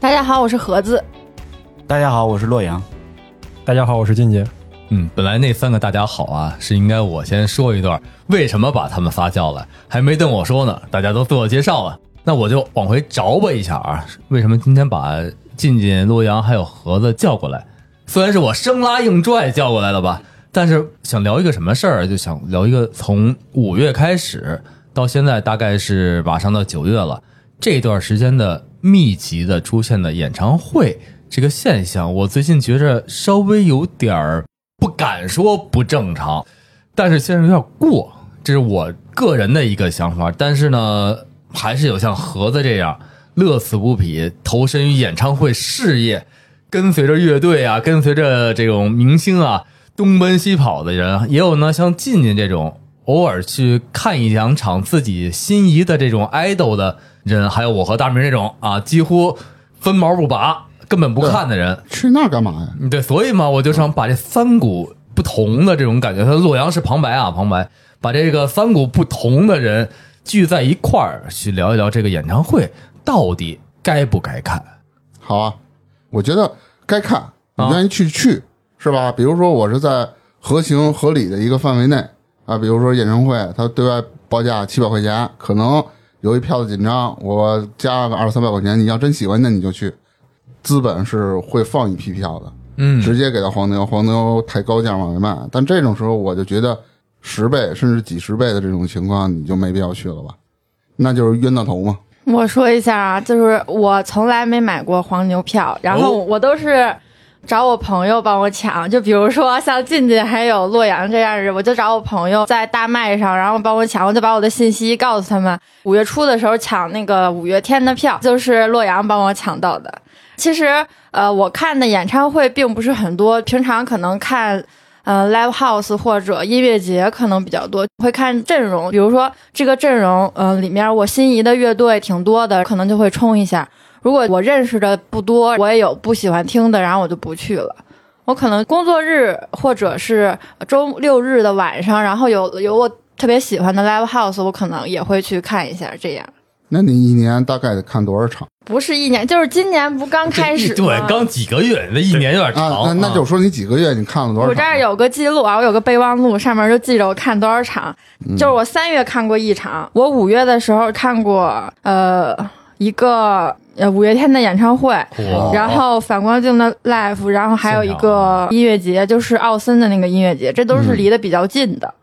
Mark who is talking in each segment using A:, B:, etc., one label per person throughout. A: 大家好，我是盒子。
B: 大家好，我是洛阳。
C: 大家好，我是金杰。
D: 嗯，本来那三个大家好啊，是应该我先说一段为什么把他们发酵了，还没等我说呢，大家都自我介绍了，那我就往回找吧一下啊，为什么今天把进进、洛阳还有盒子叫过来？虽然是我生拉硬拽叫过来的吧，但是想聊一个什么事儿，就想聊一个从五月开始到现在，大概是马上到九月了，这段时间的密集的出现的演唱会这个现象，我最近觉着稍微有点儿不敢说不正常，但是现在有点过，这是我个人的一个想法。但是呢，还是有像盒子这样乐此不疲、投身于演唱会事业，跟随着乐队啊，跟随着这种明星啊东奔西跑的人，也有呢像进进这种偶尔去看一两场自己心仪的这种 idol 的人，还有我和大明这种啊几乎分毛不拔、根本不看的人。
E: 去那儿干嘛呀？
D: 对，所以嘛，我就想把这三股不同的这种感觉，他洛阳是旁白啊，旁白把这个三股不同的人聚在一块儿去聊一聊这个演唱会到底该不该看。
E: 好啊，我觉得该看，你
D: 啊
E: 愿意去、去是吧？比如说我是在合情合理的一个范围内啊，比如说演唱会，它对外报价七百块钱，可能由于票子紧张，我加个二三百块钱，你要真喜欢，那你就去。资本是会放一批票的，
D: 嗯
E: 直接给到黄牛，黄牛抬高价往外卖。但这种时候，我就觉得十倍甚至几十倍的这种情况，你就没必要去了吧？那就是冤到头嘛。
A: 我说一下啊，就是我从来没买过黄牛票，然后
D: 哦
A: 我都是找我朋友帮我抢。就比如说像进进还有洛阳这样的人，我就找我朋友在大麦上，然后帮我抢，我就把我的信息告诉他们。五月初的时候抢那个五月天的票，就是洛阳帮我抢到的。其实，呃，我看的演唱会并不是很多，平常可能看呃 live house 或者音乐节可能比较多，会看阵容，比如说这个阵容，嗯、呃，里面我心仪的乐队挺多的，可能就会冲一下。如果我认识的不多，我也有不喜欢听的，然后我就不去了。我可能工作日或者是周六日的晚上，然后有有我特别喜欢的 live house，我可能也会去看一下。这样
E: 那你一年大概得看多少场？
A: 不是一年，就是今年不刚开始
D: 对
A: 吗，
D: 刚几个月，那一年有点长，
E: 啊，那那就说你几个月你看了多少？
A: 我这儿，有个记录啊，我有个备忘录，上面就记着我看多少场。
D: 嗯
A: 就是我三月看过一场，我五月的时候看过呃一个呃五月天的演唱会，
D: 啊
A: 然后反光镜的 live，然后还有一
D: 现场啊嗯
A: 个音乐节，就是奥森的那个音乐节，这都是离得比较近的。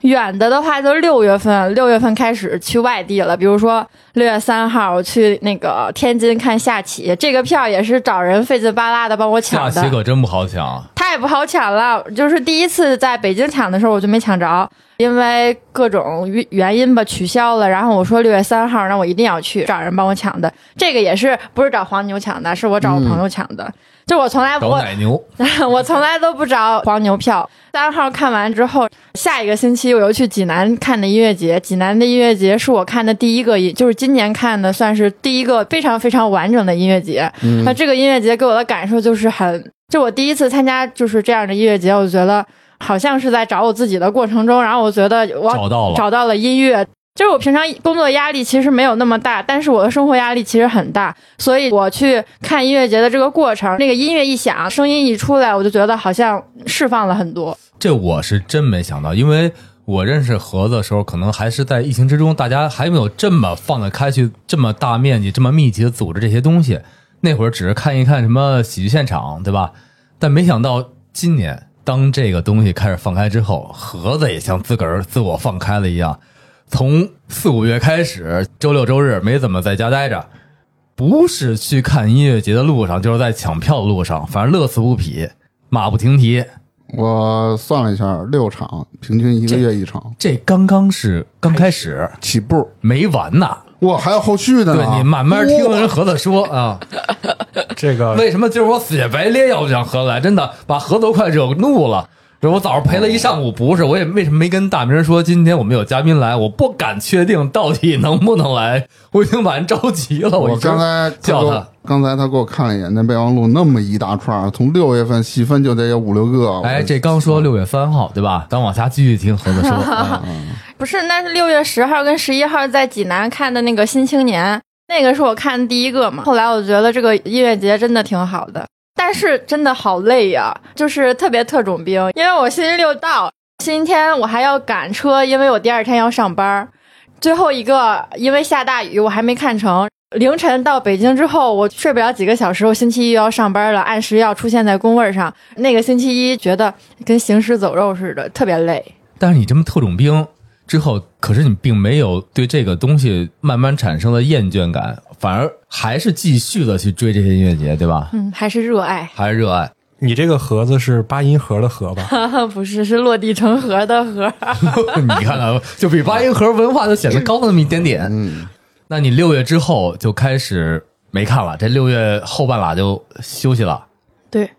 A: 远的的话就是六月份，六月份开始去外地了，比如说六月三号我去那个天津看下棋，这个票也是找人费劲巴拉的帮我抢
D: 下
A: 的。
D: 棋可真不好抢。
A: 太不好抢了，就是第一次在北京抢的时候我就没抢着，因为各种原原因吧取消了。然后我说六月三号，那我一定要去，找人帮我抢的。这个也是不是找黄牛抢的，是我找我朋友抢的。就我从来
D: 嗯找
A: 我
D: 奶牛，
A: 我从来都不找黄牛票。三号看完之后，下一个星期我又去济南看的音乐节。济南的音乐节是我看的第一个，就是今年看的，算是第一个非常非常完整的音乐节。那、这个音乐节给我的感受就是很，就我第一次参加就是这样的音乐节，我觉得好像是在找我自己的过程中，然后我觉得我
D: 找到了
A: 找到了音乐。就是我平常工作压力其实没有那么大，但是我的生活压力其实很大，所以我去看音乐节的这个过程，那个音乐一响，声音一出来，我就觉得好像释放了很多。
D: 这我是真没想到，因为我认识盒子的时候，可能还是在疫情之中，大家还没有这么放得开去，这么大面积、这么密集的组织这些东西。那会儿只是看一看什么喜剧现场，对吧？但没想到今年，当这个东西开始放开之后，盒子也像自个儿自我放开了一样，从四五月开始，周六周日没怎么在家待着。不是去看音乐节的路上，就是在抢票的路上，反正乐此不疲，马不停蹄，
E: 我算了一下，六场，平均一个月一场
D: 这刚刚是刚开始，
E: 起步。
D: 没完呐！啊
E: 哇，还有后续的呢。
D: 对你慢慢听人盒子说啊，
C: 这个
D: 为什么今儿我死乞白咧要不想合来？真的把盒子都快惹怒了。这我早上陪了一上午，不是，我也为什么没跟大明说今天我们有嘉宾来？我不敢确定到底能不能来，我已经把人着急了。
E: 我
D: 一直
E: 刚才他
D: 叫
E: 给我
D: 他
E: 刚才他给我看了一眼那备忘录，那么一大串儿，从六月份细分就得有五六个。我
D: 哎，这刚说六月三号对吧？咱往下继续听盒 子说。啊
A: 不是，那是六月十号跟十一号在济南看的那个《新青年》，那个是我看第一个嘛。后来我觉得这个音乐节真的挺好的，但是真的好累呀、就是特别特种兵，因为我星期六到，今天我还要赶车，因为我第二天要上班儿。最后一个因为下大雨，我还没看成。凌晨到北京之后，我睡不了几个小时，我星期一又要上班了，按时要出现在工位上。那个星期一觉得跟行尸走肉似的，特别累。
D: 但是你这么特种兵之后，可是你并没有对这个东西慢慢产生了厌倦感，反而还是继续的去追这些音乐节，对吧？
A: 嗯，还是热爱。
D: 还是热爱。
C: 你这个盒子是八音盒的盒 吧？
A: 不是，是落地成盒的盒。
D: 你看看，就比八音盒文化就显得高那么一点点。
E: 嗯，
D: 那你六月之后就开始没看了，这六月后半拉就休息了。
A: 对，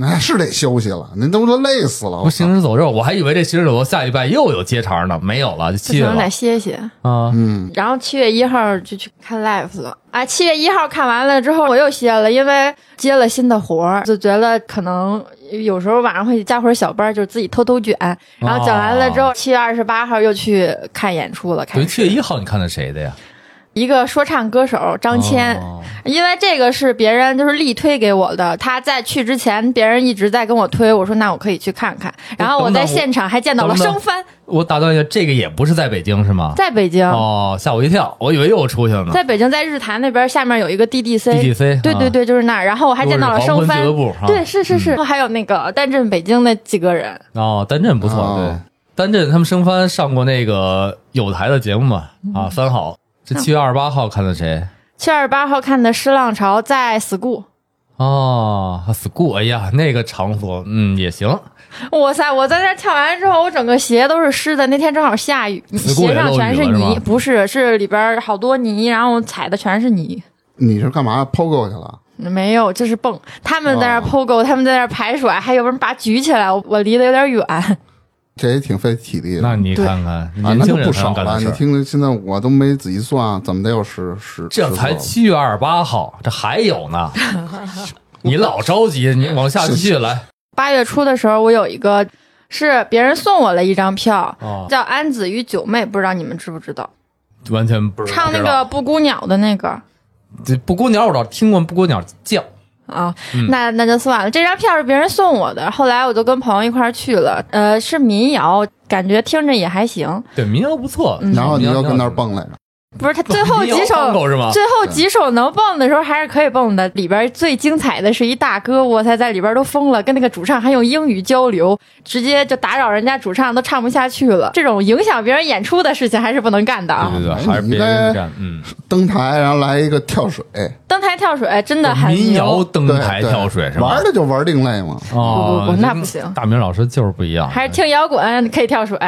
E: 那是得休息了，您都都累死了。
D: 哦不
E: 我
D: 行尸走肉，我还以为这行尸走肉下礼拜又有接茬呢，没有了，就
A: 不
D: 七月
A: 行，
D: 了
A: 得歇歇。
D: 啊。
E: 嗯，
A: 然后七月一号就去看 live 了啊！七月一号看完了之后，我又歇了，因为接了新的活儿，就觉得可能有时候晚上会加会儿小班儿，就是自己偷偷卷。然后卷完了之后，七月二十八号又去看演出了，
D: 等于
A: 看
D: 哦七月一号你看的谁 的呀？
A: 一个说唱歌手张谦。
D: 哦
A: 因为这个是别人就是力推给我的，他在去之前，别人一直在跟我推，我说那我可以去看看。然后我在现场还见到了
D: 等等
A: 生番，
D: 我打断一下，这个也不是在北京是吗？
A: 在北京，
D: 哦，吓我一跳，我以为又出去了呢。
A: 在北京，在日坛那边下面有一个 DDC，
D: DDC
A: 对对对，就是那儿。然后我还见到了生
D: 啊落日黄昏俱
A: 番
D: 乐部啊，
A: 对，是是是，然后还有那个单镇北京那几个人，
D: 哦，单振不错，
E: 哦
D: 对，单振他们升帆上过那个有台的节目嘛，
A: 嗯
D: 啊，三好，这七月二十八号看的谁？
A: 七月二十八号看的《诗浪潮》在 school，
D: 哦，school，哎呀，那个场所，嗯，也行
A: 哇塞！我在那儿跳完之后，我整个鞋都是湿的。那天正好下雨，
D: school
A: 鞋
D: 也
A: 上
D: 漏雨
A: 全是
D: 了是
A: 泥，
D: 吗
A: 不是，是里边好多泥，然后我踩的全是泥。
E: 你是干嘛 POGO 去了？
A: 没有，就是蹦。他们在那儿
E: 哦
A: POGO，他们在那儿排甩，还有人把举起来，我我离得有点远。
E: 这也挺费体力的。
D: 那你看看，
E: 啊，
D: 年
E: 那就
D: 轻人
E: 不
D: 才能
E: 少
D: 干
E: 了。
D: 的
E: 你
D: 事儿。
E: 听听，现在我都没仔细算，怎么得有十十？
D: 这
E: 十
D: 才
E: 左右
D: 七月二十八号，这还有 呢。你老着急，你往下继续来。
A: 八月初的时候，我有一个是别人送我了一张票，
D: 哦，
A: 叫《安子与九妹》，不知道你们知不知道？
D: 完全不知道
A: 唱那个布谷鸟的那个
D: 这布谷鸟，我倒听过布谷鸟叫。
A: 啊，
D: 嗯
A: 那那就算了。这张票是别人送我的，后来我就跟朋友一块儿去了，呃，是民谣，感觉听着也还行。
D: 对，民谣不错。
A: 嗯
E: 然后你
D: 民
E: 又
D: 谣
E: 跟那儿
D: 挺好
E: 蹦来着，
A: 不是，他
D: 听
A: 最后
D: 民谣
A: 几
D: 放
A: 首。
D: 狗是吗？
A: 最后几首能蹦的时候还是可以蹦的，里边最精彩的是一大哥，我才在里边都疯了，跟那个主唱还用英语交流，直接就打扰人家主唱都唱不下去了。这种影响别人演出的事情还是不能干的啊！
D: 对对对，
E: 哎
D: 还是
E: 你
D: 别
E: 该
D: 人干。嗯，
E: 登台，然后来一个跳水，
A: 登台跳水真 的很
D: 民
A: 牛
D: 谣，登
E: 对
D: 台
E: 对
D: 跳水是吧
E: 玩？的就玩另类嘛。
D: 哦，
A: 不不不
D: 这
A: 那不行
D: 大明老师就是不一样，
A: 还是听摇滚可以跳水，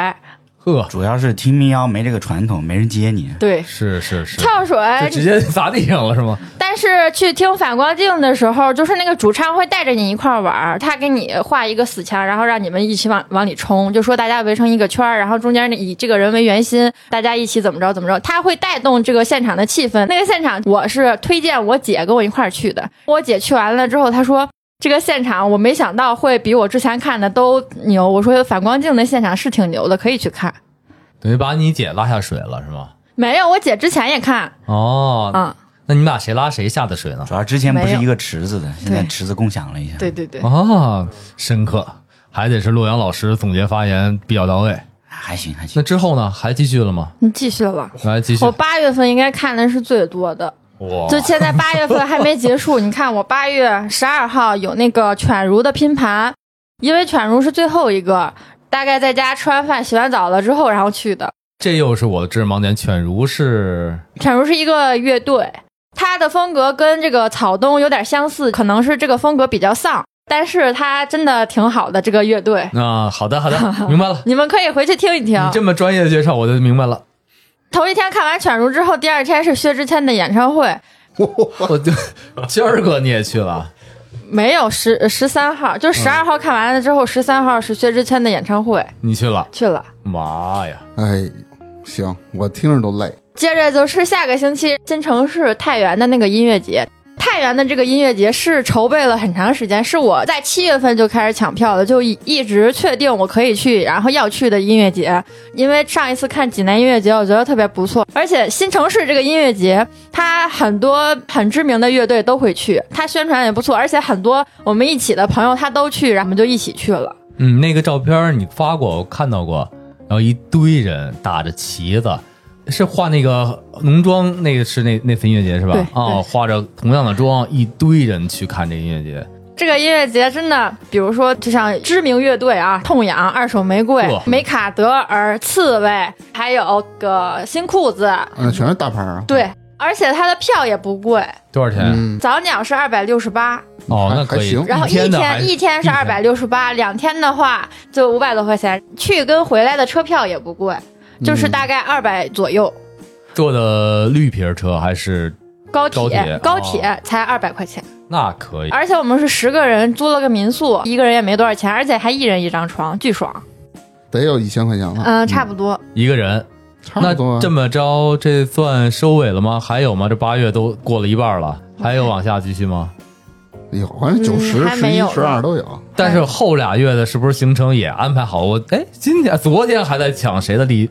D: 呵，
B: 主要是听民谣没这个传统，没人接你。
A: 对，
D: 是是是，
A: 跳水。
D: 就直接砸地上了是吗？
A: 但是去听反光镜的时候，就是那个主唱会带着你一块儿玩儿，他给你画一个死墙，然后让你们一起往往里冲，就说大家围成一个圈儿，然后中间以这个人为圆心，大家一起怎么着怎么着，他会带动这个现场的气氛。那个现场我是推荐我姐跟我一块儿去的，我姐去完了之后，她说。这个现场我没想到会比我之前看的都牛，我说反光镜的现场是挺牛的，可以去看。
D: 等于把你姐拉下水了是吗？
A: 没有，我姐之前也看，
D: 哦，
A: 嗯，
D: 那你们俩谁拉谁下的水呢？
B: 主要之前不
A: 没
B: 是
A: 有
B: 一个池子的，现在
A: 对
B: 池子共享了一下。
A: 对对对，
D: 啊，深刻，还得是洛阳老师总结发言比较到位。
B: 还行还
D: 那
B: 行。
D: 之后呢？还继续了吗？
A: 你继续吧。
D: 来继续
A: 我。八月份应该看的是最多的，
D: 哇
A: 就现在八月份还没结束，你看我八月十二号有那个犬儒的拼盘，因为犬儒是最后一个，大概在家吃完饭、洗完澡了之后，然后去的。
D: 这又是我的知识盲点。犬儒是
A: 犬儒是一个乐队，它的风格跟这个草东有点相似，可能是这个风格比较丧，但是它真的挺好的这个乐队，
D: 啊，好的好的，明白了。
A: 你们可以回去听一听
D: 你。这么专业的介绍，我就明白了。
A: 头一天看完《犬儒》之后，第二天是薛之谦的演唱会，
D: 我就今儿个你也去了，
A: 没有十呃十三号，就十二号看完了之后，十三号是薛之谦的演唱会，
D: 你去了，
A: 去了。
D: 妈呀！
E: 哎，行，我听着都累。
A: 接着就是下个星期新城市太原的那个音乐节。太原的这个音乐节是筹备了很长时间，是我在七月份就开始抢票的，就一一直确定我可以去，然后要去的音乐节。因为上一次看济南音乐节，我觉得特别不错，而且新城市这个音乐节，它很多很知名的乐队都会去，它宣传也不错，而且很多我们一起的朋友他都去，然后我们就一起去了。
D: 嗯，那个照片儿你发过，我看到过，然后一堆人打着旗子，是化那个浓妆，那个是那那次音乐节是吧
A: 对？
D: 哦，化着同样的妆，一堆人去看这音乐节，
A: 这个音乐节真的，比如说，就像知名乐队啊，痛痒、二手玫瑰
D: 哇、
A: 梅卡德尔、刺猬，还有个新裤子，
E: 嗯，全是大牌啊。
A: 对，而且它的票也不贵，
D: 多少钱？
E: 嗯，
A: 早鸟是二百六十八，
D: 哦，
E: 还
D: 那可以。
E: 还行
A: 然后
D: 一
A: 一
D: 天的还
A: 天一天是二百六十八，两天的话就五百多块钱，去跟回来的车票也不贵，就是大概二百左右。
D: 坐的绿皮儿车还是
A: 高
D: 高铁
A: 铁高铁才二百块钱，
D: 那可以。
A: 而且我们是十个人租了个民宿，一个人也没多少钱，而且还一人一张床，巨爽。
E: 得有一千块钱了。
A: 嗯，差不多。
D: 一个人，
E: 差
D: 那
E: 不多啊。
D: 这么着，这算收尾了吗？还有吗？这八月都过了一半了，还有往下继续吗？
E: 有，反正九十
A: 嗯、还
E: 十
A: 没
E: 一
A: 有、
E: 十二都有。
D: 但是后俩月的是不是行程也安排好？我哎，今天昨天还在抢谁的礼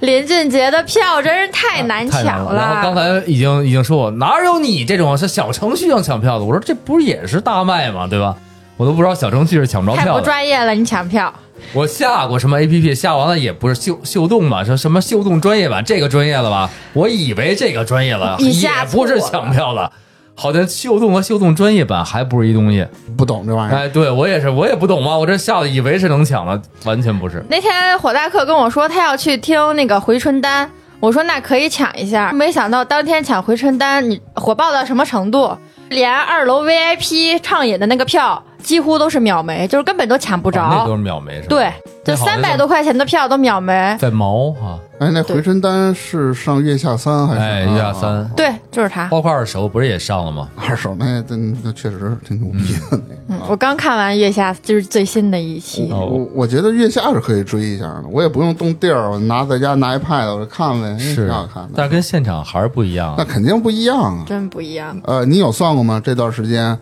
A: 林俊杰的票真是太难
D: 啊太难
A: 抢
D: 了。然后刚才已经已经说我哪有你这种是小程序上抢票的？我说这不是也是大卖吗？对吧？我都不知道小程序是抢不着
A: 太
D: 票
A: 不
D: 的。
A: 专业了，你抢票。
D: 我下过什么 APP，下完了也不是秀秀动嘛，说什么秀动专业版，这个专业了吧？我以为这个专业了，
A: 你
D: 也
A: 下
D: 不是
A: 错了
D: 抢票的。好像秀动和秀动专业版还不是一东 西。
E: 不懂这玩意儿，
D: 哎，对我也是，我也不懂嘛，我这下的以为是能抢的，完全不是。
A: 那天火大客跟我说他要去听那个回春丹，我说那可以抢一下，没想到当天抢回春丹，你火爆到什么程度？连二楼 VIP 畅饮的那个票几乎都是秒没，就是根本都抢不着。
D: 啊那都是秒没是吧？
A: 对，
D: 那
A: 就
D: 嗯好像
A: 三百多块钱的票都秒没。
D: 在毛哈，
E: 哎，那
A: 对
E: 回春丹是上月下三还是？啊
D: 哎，
C: 啊
D: 一下三，
A: 对，就是他。
D: 包括二手不是也上了吗？
E: 二手那那那确实挺牛逼的。那
A: 嗯
E: 个，
A: 我刚看完月下，就是最新的一期。
D: 哦
E: 我我觉得月下是可以追一下的，我也不用动地儿，我拿在家拿一 pad 我就看呗，
C: 嗯
D: 是
E: 挺好看的。
D: 但是跟现场还是不一样
E: 那
D: 啊。
E: 肯定不一样啊。
A: 真不一样，
E: 呃，你有算过吗？这段时间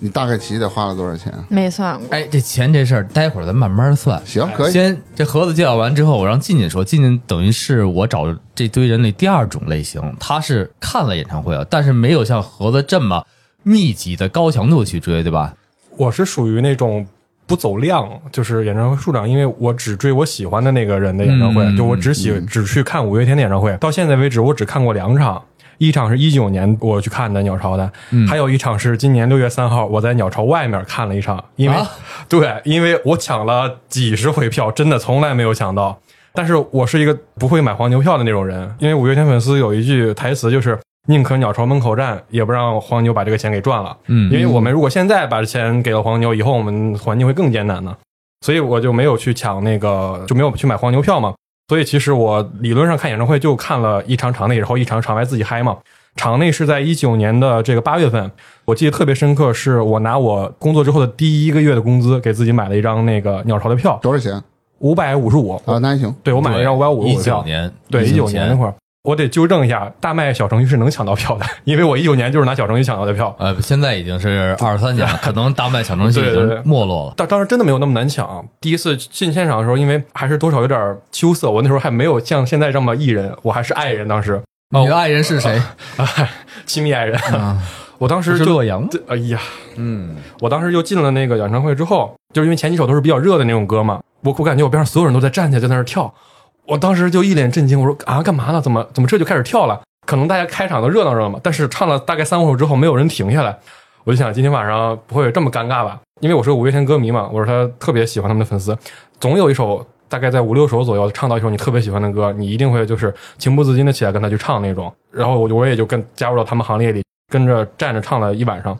E: 你大概齐得花了多少钱？
A: 没算过。
D: 哎，这钱这事儿，待会儿咱慢慢算。
E: 行，可以。
D: 先这盒子介绍完之后，我让静静说，静静等于是我找这堆人里第二种类型，她是看了演唱会啊，但是没有像盒子这么密集的高强度去追，对吧？
C: 我是属于那种不走量，就是演唱会数量，因为我只追我喜欢的那个人的演唱会，
D: 嗯
C: 就我只喜、只去看五月天的演唱会。到现在为止，我只看过两场，一场是一九年我去看的鸟巢的，还有一场是今年六月三号我在鸟巢外面看了一场，因为、
D: 啊
C: 对，因为我抢了几十回票，真的从来没有抢到。但是我是一个不会买黄牛票的那种人，因为五月天粉丝有一句台词就是“宁可鸟巢门口站，也不让黄牛把这个钱给赚了”。
D: 嗯
C: 因为我们如果现在把钱给了黄牛，以后我们环境会更艰难呢。所以我就没有去抢那个，就没有去买黄牛票嘛。所以其实我理论上看演唱会就看了一场场内，然后一场场外自己嗨嘛。场内是在一九年的这个八月份，我记得特别深刻，是我拿我工作之后的第一个月的工资给自己买了一张那个鸟巢的票，
E: 多少钱
C: 五百五十五。
E: 啊？那还行，
C: 对，我买了一张五百五
D: 一
C: 十五的
D: 九
C: 票。
D: 年，
C: 对，一九
D: 19
C: 年那会儿，我得纠正一下，大麦小程序是能抢到票的， 因为我一九年就是拿小程序抢到的票。
D: 呃，现在已经是二十三 年了，可能大麦小程序已
C: 对对
D: 经
C: 对
D: 没落了。
C: 但当时真的没有那么难抢。第一次进现场的时候，因为还是多少有点羞涩，我那时候还没有像现在这么艺人，我还是爱人。当时
D: 你的爱人是谁？
C: 亲密爱人，我当时
D: 啊是
C: 就
D: 洛阳吗？
C: 对哎呀，
D: 嗯，
C: 我当时就进了那个演唱会之后，就是因为前几首都是比较热的那种歌嘛，我我感觉我边上所有人都在站起来在那儿跳，我当时就一脸震惊，我说啊干嘛呢？怎么怎么这就开始跳了？可能大家开场都热闹热闹嘛，但是唱了大概三五首之后没有人停下来，我就想今天晚上不会这么尴尬吧？因为我是个五月天歌迷嘛，我是他特别喜欢他们的粉丝，总有一首大概在五六首左右唱到一首你特别喜欢的歌，你一定会就是情不自禁的起来跟他去唱那种。然后我就我也就跟加入到他们行列里，跟着站着唱了一晚上。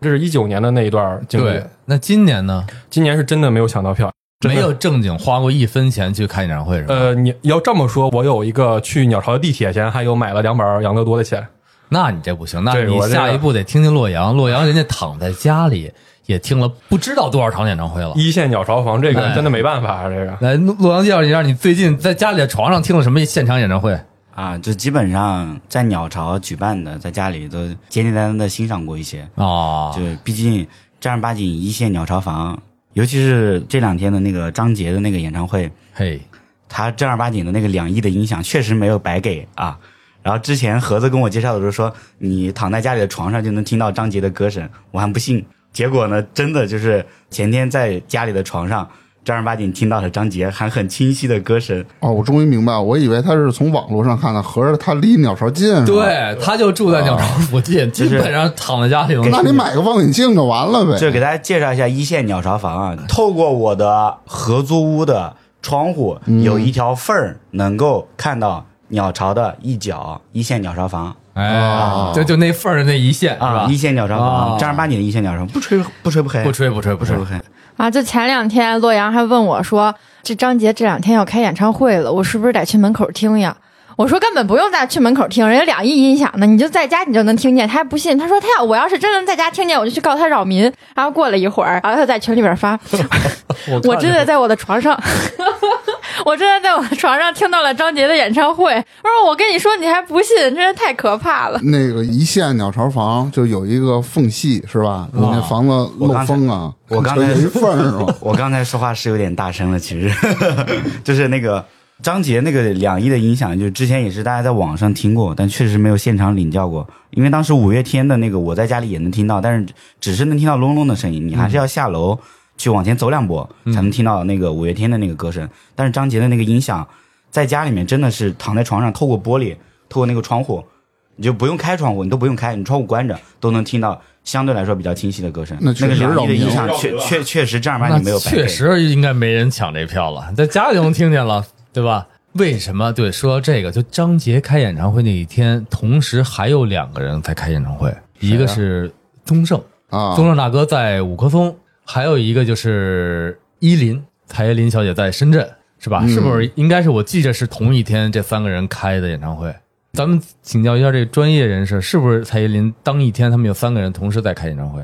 C: 这是一九年的那一段经历
D: 对，。那今年呢？
C: 今年是真的没有抢到票。真
D: 没
C: 的
D: 有正经花过一分钱去看演唱会是吧？
C: 呃，你要这么说，我有一个去鸟巢的地铁钱，还有买了两本养乐多的钱。
D: 那你这不行，那
C: 对
D: 你
C: 我这
D: 下
C: 个
D: 一步得听听洛阳，洛阳人家躺在家里也听了不知道多少场演唱会了。
C: 一线鸟巢房这个
D: 哎
C: 真的没办法啊，这个
D: 来，洛阳介绍一下你最近在家里的床上听了什么现场演唱会？
B: 啊，就基本上在鸟巢举办的，在家里都简简单单的欣赏过一些。
D: 哦，
B: 就毕竟正儿八经一线鸟巢房，尤其是这两天的那个张杰的那个演唱会，
D: 嘿，
B: 他正儿八经的那个两亿的音响确实没有白给啊。然后之前盒子跟我介绍的时候说，你躺在家里的床上就能听到张杰的歌声，我还不信。结果呢，真的就是前天在家里的床上正儿八经听到了张杰，还很清晰的歌声。
E: 哦，我终于明白，我以为他是从网络上看的，合着他离鸟巢近。是吧，
D: 对，他就住在鸟
C: 啊
D: 巢附近，基
B: 是
D: 本上躺在家里能
E: 那你买个望远镜就完了
B: 就
E: 呗。
B: 给大家介绍一下一线鸟巢房
D: 嗯
B: 啊，透过我的合租屋的窗户有一条缝儿，能够看到鸟巢的一角，一线鸟巢房
D: 哎，就就那缝儿那一线是吧
B: 啊，一？线鸟巢
D: 哦
B: 房，正儿八经的一线鸟巢房，不吹不吹不黑，
D: 不吹不吹不
B: 不
D: 吹
B: 吹不，黑，
A: 啊，就前两天洛阳还问我说，这张杰这两天要开演唱会了，我是不是得去门口听呀？我说根本不用再去门口听，人家两亿音响呢，你就在家你就能听见。他还不信，他说他要我要是真能在家听见，我就去告他扰民。然后过了一会儿，然后他在群里边发，我真的在我的床上， 我真的在我的床上听到了张杰的演唱会。我说我跟你说，你还不信，真是太可怕了。
E: 那个一线鸟巢房就有一个缝隙是吧？你那房子漏风啊，
B: 我刚才
E: 就有一缝儿是 吧？
B: 我刚才说话是有点大声了，其实 就是那个张杰那个两亿的音响，就之前也是大家在网上听过，但确实没有现场领教过。因为当时五月天的那个我在家里也能听到，但是只是能听到隆隆的声音，你
E: 嗯
B: 还是要下楼去往前走两步、才能听到那个五月天的那个歌声。但是张杰的那个音响，在家里面真的是躺在床上，透过玻璃，透过那个窗户。你就不用开窗户，你都不用开，你窗户关着都能听到相对来说比较清晰的歌声。
E: 那确
B: 那个
E: 实
B: 两亿
E: 扰
B: 的
E: 民
B: 音
E: 了
B: 响啊确确确实正儿八
D: 那
B: 经没有白给
D: 确实应该没人抢这票了，在家里都能听见了，对吧？为什么？对，说到这个，就张杰开演唱会那一天，同时还有两个人在开演唱会，一
B: 啊
D: 个是宗盛，
E: 啊，
D: 宗盛大哥在五棵松，还有一个就是依林，蔡依林小姐在深圳，是
B: 嗯
D: 吧？是不是应该是我记着是同一天这三个人开的演唱会？咱们请教一下这个专业人士，是不是蔡依林当一天他们有三个人同时在开演唱会？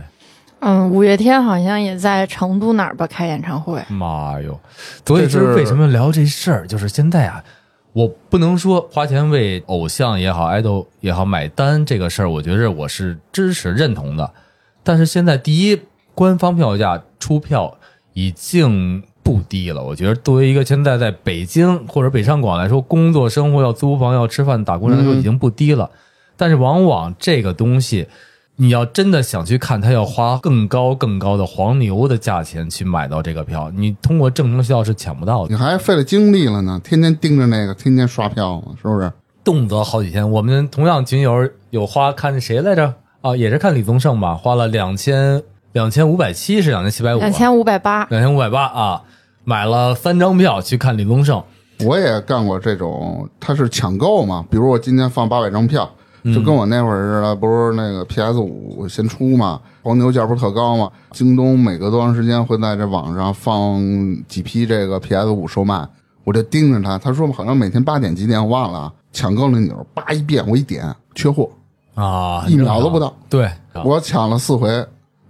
A: 嗯，五月天好像也在成都哪儿吧开演唱会。
D: 妈哟！所以
E: 这
D: 就是是为什么聊这事儿，就是现在啊，我不能说花钱为偶像也好、爱豆也好买单这个事儿，我觉着我是支持认同的。但是现在第一，官方票价出票已经不低了。我觉得作为一个现在在北京或者北上广来说，工作、生活要租房、要吃饭、打工人
A: 嗯
D: 来说，已经不低了。但是往往这个东西，你要真的想去看，他要花更高更高的黄牛的价钱去买到这个票，你通过正常的渠道是抢不到的
E: 你。还费了精力了呢，天天盯着那个，天天刷票嘛，是不是？
D: 动辄好几千。我们同样群友有花看谁来着？啊，也是看李宗盛吧，花了两千两千五百七十两千七百五，
A: 两千五百八，
D: 两千五百八啊，买了三张票去看李宗盛。
E: 我也干过这种，他是抢购嘛，比如我今天放八百张票，
D: 嗯
E: 就跟我那会儿似的，不是那个 PS 五先出嘛，黄牛价不是特高嘛，京东每隔多长时间会在这网上放几批这个 PS 五售卖，我就盯着他，他说好像每天八点几点我忘了啊，抢购那钮叭一变，我一点缺货，
D: 啊，
E: 一秒都不到，
D: 对，
E: 我抢了四回，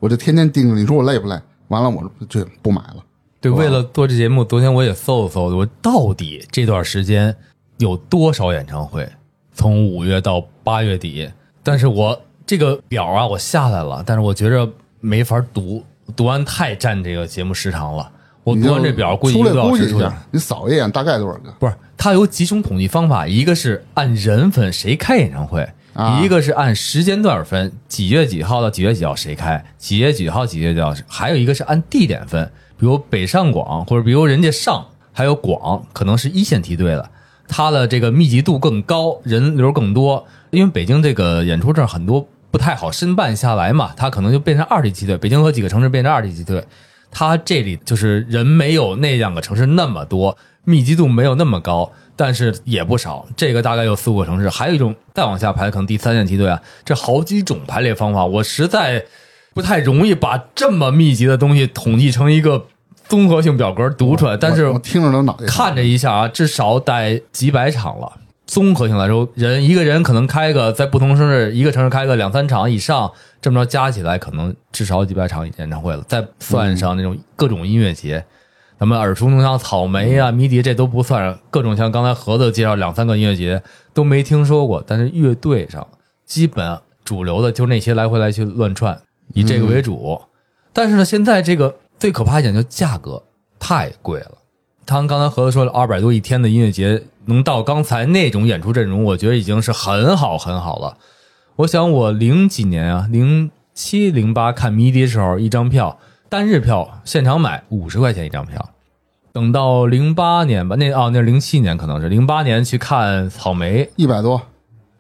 E: 我就天天盯着，你说我累不累？完了我就不买了。
D: 对，为了做这节目，昨天我也搜了搜，我到底这段时间有多少演唱会？从五月到八月底，但是我这个表啊，我下来了，但是我觉着没法读，读完太占这个节目时长了。我
E: 你
D: 读
E: 就
D: 完这表，估计一
E: 粗
D: 个
E: 略
D: 多
E: 估计
D: 小时
E: 一
D: 出去。
E: 下，你扫一眼大概多少个？
D: 不是，它有几种统计方法，一个是按人分谁开演唱会，
E: 啊
D: 一个是按时间段分，几月几号到几月几号谁开，几月几号几月几号谁，还有一个是按地点分，比如北上广或者比如人家上还有广，可能是一线梯队的，它的这个密集度更高，人流更多，因为北京这个演出证很多不太好申办下来嘛，它可能就变成二级梯队，北京和几个城市变成二级梯队，它这里就是人没有那两个城市那么多，密集度没有那么高，但是也不少。这个大概有四五个城市，还有一种再往下排，可能第三线梯队啊，这好几种排列方法，我实在不太容易把这么密集的东西统计成一个综合性表格读出来，但是
E: 我我听着都脑袋疼
D: 看这一下啊，至少得几百场了。综合性来说，人一个人可能开个在不同城市一个城市开个两三场以上，这么着加起来可能至少几百场演唱会了。再算上那种各种音乐节，咱们耳熟能详草莓啊、迷笛这都不算，各种像刚才盒子介绍两三个音乐节都没听说过，但是乐队上基本主流的就那些来回来去乱串，以这个为主。但是呢，现在这个最可怕一点就是价格太贵了。他刚才盒子说了，二百多一天的音乐节，能到刚才那种演出阵容，我觉得已经是很好很好了。我想我零几年啊，零七零八看迷笛的时候，一张票单日票现场买五十块钱一张票，等到零八年吧，那哦那零七年可能是零八年去看草莓，
E: 一百多，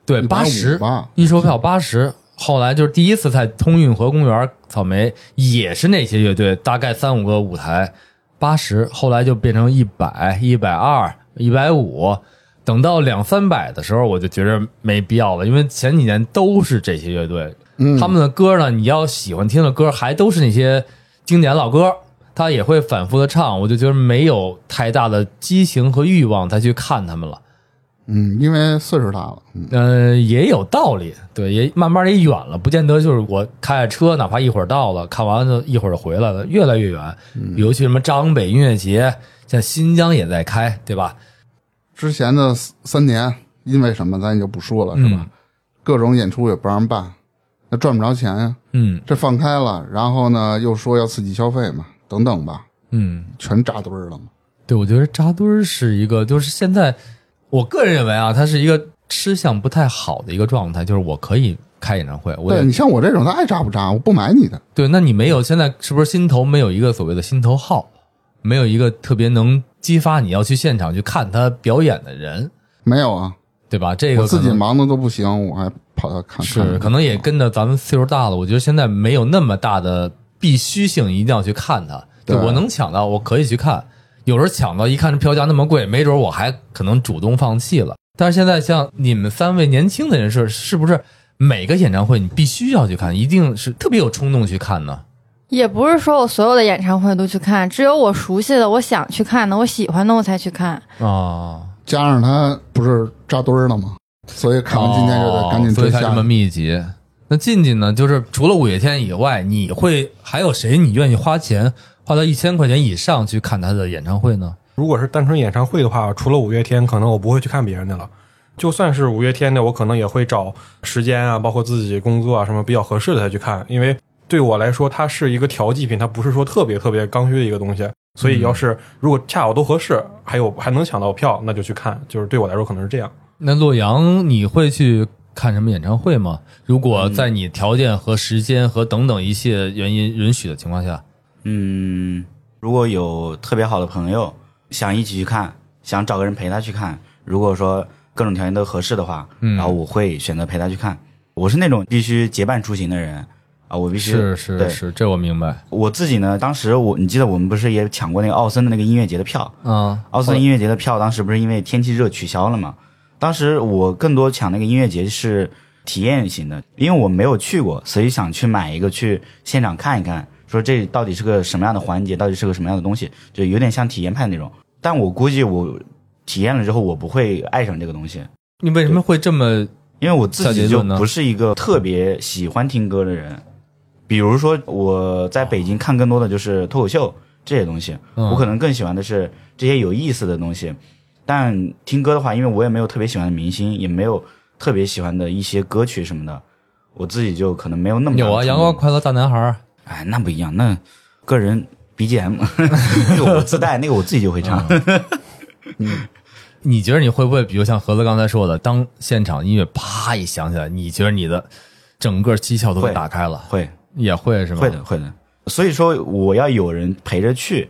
D: 对
E: 150
D: 八十
E: 吧
D: 一售票八十。后来就是第一次在通运河公园草莓，也是那些乐队，大概三五个舞台，八十。后来就变成一百、一百二、一百五。等到两三百的时候，我就觉着没必要了，因为前几年都是这些乐队，他们的歌呢，你要喜欢听的歌，还都是那些经典老歌，他也会反复的唱，我就觉得没有太大的激情和欲望再去看他们了。
E: 嗯，因为岁数大了，嗯
D: 呃，也有道理，对，也慢慢也远了，不见得就是我开着车，哪怕一会儿到了，看完了一会儿就回来了，越来越远。尤其什么张北音乐节，像新疆也在开，对吧？
E: 之前的三年因为什么咱也就不说了，是吧？
D: 嗯
E: 各种演出也不让办，那赚不着钱呀、
D: 嗯
E: 这放开了，然后呢又说要刺激消费嘛，等等吧，
D: 嗯，
E: 全扎堆儿了嘛。
D: 对，我觉得扎堆儿是一个，就是现在我个人认为啊，它是一个吃相不太好的一个状态，就是我可以开演唱会，我
E: 对
D: 也
E: 你像我这种，他爱扎不扎，我不买你的。
D: 对，那你没有现在是不是心头没有一个所谓的心头好，没有一个特别能激发你要去现场去看他表演的人？
E: 没有啊，
D: 对吧？这个
E: 我自
D: 可
E: 己
D: 能
E: 忙的都不行，我还跑他看。
D: 是
E: 看
D: 可能也跟着咱们岁数大了，我觉得现在没有那么大的必须性，一定要去看它。对
E: 对
D: 我能抢到，我可以去看。有时候抢到一看这票价那么贵，没准我还可能主动放弃了。但是现在像你们三位年轻的人是是不是每个演唱会你必须要去看，一定是特别有冲动去看呢？
A: 也不是说我所有的演唱会都去看，只有我熟悉的、我想去看的、我喜欢的我才去看。
D: 啊，
E: 加上他不是扎堆儿了吗？所以看完今天就得赶紧
D: 哦所
E: 追
D: 以才这
E: 下
D: 么
E: 一个。
D: 密集。那进进呢？就是除了五月天以外，你会还有谁你愿意花钱花到一千块钱以上去看他的演唱会呢？
C: 如果是单纯演唱会的话，除了五月天，可能我不会去看别人的了。就算是五月天的，我可能也会找时间啊，包括自己工作啊什么比较合适的才去看，因为对我来说，它是一个调剂品，它不是说特别特别刚需的一个东西。所以，要是如果恰好都合适，还有还能抢到票，那就去看。就是对我来说，可能是这样。
D: 那洛阳你会去看什么演唱会吗？如果在你条件和时间和等等一切原因允许的情况下，
B: 嗯，如果有特别好的朋友想一起去看，想找个人陪他去看，如果说各种条件都合适的话，
D: 嗯
B: 然后我会选择陪他去看。我是那种必须结伴出行的人啊，我必须
D: 是
B: 对
D: 是是，这我明白。
B: 我自己呢。当时我你记得我们不是也抢过那个奥森的那个音乐节的票？
D: 啊，
B: 嗯奥斯汀音乐节的票当时不是因为天气热取消了嘛？当时我更多抢那个音乐节是体验型的，因为我没有去过，所以想去买一个去现场看一看，说这到底是个什么样的环节，到底是个什么样的东西，就有点像体验派那种。但我估计我体验了之后，我不会爱上这个东西，
D: 你为什么会这么
B: 因为我自
D: 小结
B: 己就
D: 论呢
B: 不是一个特别喜欢听歌的人。比如说我在北京看更多的就是脱口秀这些东西，
D: 嗯
B: 我可能更喜欢的是这些有意思的东西。但听歌的话，因为我也没有特别喜欢的明星，也没有特别喜欢的一些歌曲什么的，我自己就可能没有那么大
D: 有啊？
B: 的冲
D: 阳光
B: 动
D: 快乐大男孩儿
B: 哎，那不一样，那个人 BGM 那个我自带，那个我自己就会唱。
D: 嗯你觉得你会不会，比如像盒子刚才说的，当现场音乐啪一响起来，你觉得你的整个七窍都给
B: 会
D: 打开了？
B: 会
D: 也会是吗？
B: 会的，会的。所以说，我要有人陪着去，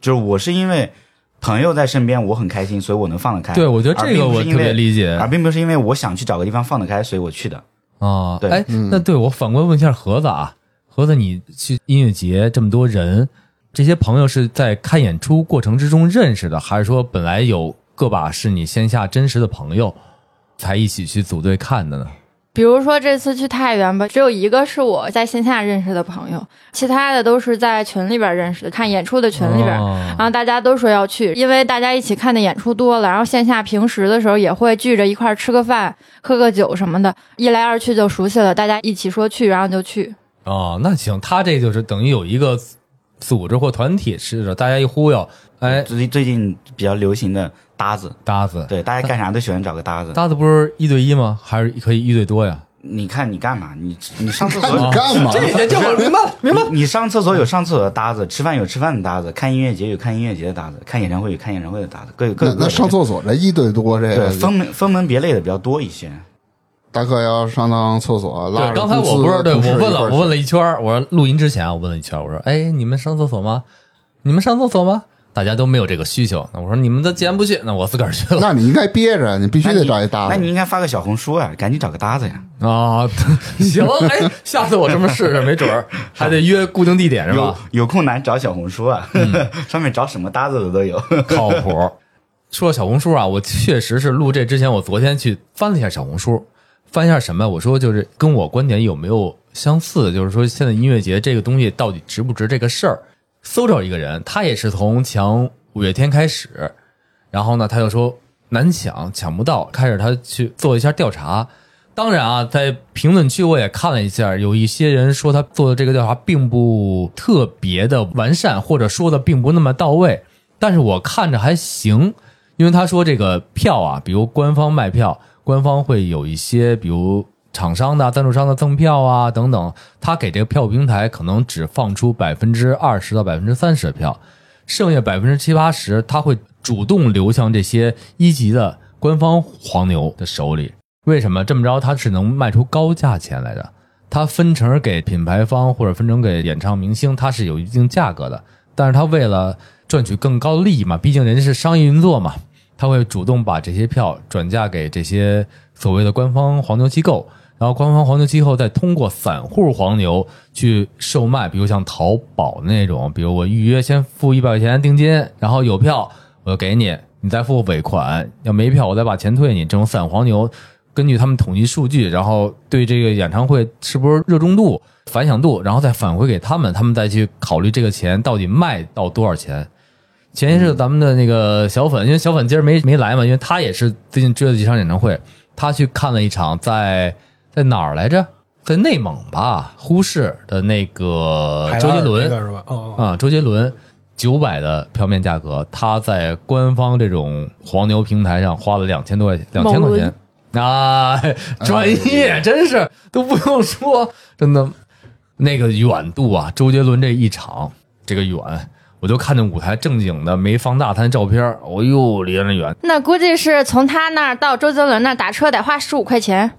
B: 就是我是因为朋友在身边，我很开心，所以我能放得开。
D: 对，我觉得这个
B: 而并不
D: 我
B: 是因
D: 特别
B: 为
D: 理解
B: 而并不是因为我想去找个地方放得开，所以我去的。
D: 啊。
B: 对
D: 哎，那对我反过来问一下盒子啊，盒子，你去音乐节这么多人，这些朋友是在看演出过程之中认识的，还是说本来有个把是你线下真实的朋友才一起去组队看的呢？
A: 比如说这次去太原吧，只有一个是我在线下认识的朋友，其他的都是在群里边认识的，看演出的群里边。
D: 哦
A: 然后大家都说要去，因为大家一起看的演出多了，然后线下平时的时候也会聚着一块儿吃个饭、喝个酒什么的，一来二去就熟悉了，大家一起说去，然后就去。
D: 哦，那行，他这就是等于有一个组织或团体是的，大家一忽悠，哎，
B: 最最近比较流行的搭子，
D: 搭子，
B: 对，大家干啥都喜欢找个搭子。
D: 搭子不是一对一吗？还是可以一对多呀？
B: 你看你干嘛？你你上厕
E: 你
B: 所，
E: 干 嘛？
C: 这我明白了，明白了。
B: 你你上厕所有上厕所的搭子，吃饭有吃饭的搭子，看音乐节有看音乐节的搭子，看演唱会有看演唱会的搭子，各有各
E: 那
B: 有各
E: 那
B: 的
E: 上厕所这一对多这
B: 对
E: 个，
B: 分门分门别类的比较多一些。
E: 大哥要上趟厕所，拉着
D: 对，刚才
E: 公
D: 我
E: 司
D: 不是对
E: 同事
D: 我问了，
E: 一块儿去
D: 我问了一圈儿，我说录音之前啊我问了一圈儿，我说，哎，你们上厕所吗？你们上厕所吗？大家都没有这个需求。那我说你们都既然不去，那我自个儿去了
E: 那你应该憋着，你必须
B: 那
E: 得
B: 你
E: 找一搭
B: 那你
E: 子。
B: 应该发个小红书啊，赶紧找个搭子呀。
D: 啊。行，哎，下次我这么试试，没准儿还得约固定地点是吧
B: 有？有空难找小红书啊， 上面找什么搭子的都有。
D: 靠谱。说到小红书啊，我确实是录这之前，我昨天去翻了一下小红书，翻一下什么？我说就是跟我观点有没有相似，就是说现在音乐节这个东西到底值不值这个事儿？搜着一个人，他也是从抢五月天开始，然后呢，他就说难抢，抢不到，开始他去做一下调查。当然啊，在评论区我也看了一下，有一些人说他做的这个调查并不特别的完善，或者说的并不那么到位。但是我看着还行，因为他说这个票啊，比如官方卖票，官方会有一些，比如厂商的啊、赞助商的赠票啊等等，他给这个票务平台可能只放出百分之二十到百分之三十的票，剩下百分之七八十，他会主动流向这些一级的官方黄牛的手里。为什么这么着？他是能卖出高价钱来的。它分成给品牌方或者分成给演唱明星，它是有一定价格的。但是它为了赚取更高的利益嘛，毕竟人家是商业运作嘛，他会主动把这些票转嫁给这些所谓的官方黄牛机构，然后官方黄牛机构再通过散户黄牛去售卖，比如像淘宝那种，比如我预约先付一百块钱定金，然后有票我就给你，你再付尾款，要没票我再把钱退你，这种散黄牛。根据他们统计数据，然后对这个演唱会是不是热衷度、反响度，然后再返回给他们，他们再去考虑这个钱到底卖到多少钱。前些日子咱们的那个小粉，因为小粉今儿没没来嘛，因为他也是最近追了几场演唱会，他去看了一场在在哪儿来着？在内蒙吧，呼市的那个
C: 啊
D: 周杰伦，
C: 是吧？哦，
D: 啊，周杰伦九百的票面价格，他在官方这种黄牛平台上花了两千多块钱，两千块钱啊， 专业真是都不用说，真的那个远度啊，周杰伦这一场这个远，我就看见舞台正经的没放大他那照片儿，哦呦，离得远，
A: 那估计是从他那儿到周杰伦那儿打车得花十五块钱。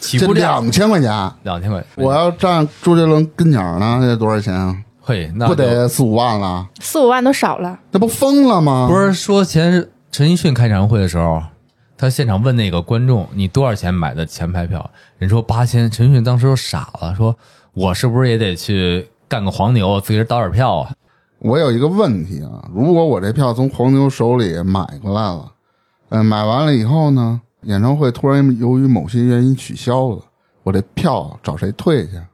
D: 起
E: 这
D: 步价
E: 两千块钱，
D: 两千块，
E: 我要站周杰伦跟前儿呢，那得多少钱啊？
D: 嘿，那
E: 不
D: 就
E: 得四五万了？
A: 四五万都少了，
E: 这不疯了吗？
D: 不，是说前日陈奕迅开演唱会的时候，他现场问那个观众：“你多少钱买的前排票？”人说八千，陈奕迅当时都傻了，说：“我是不是也得去干个黄牛，自己倒点票啊
E: 我有一个问题啊，如果我这票从黄牛手里买过来了，嗯、买完了以后呢，演唱会突然由于某些原因取消了，我这票找谁退去？？”啊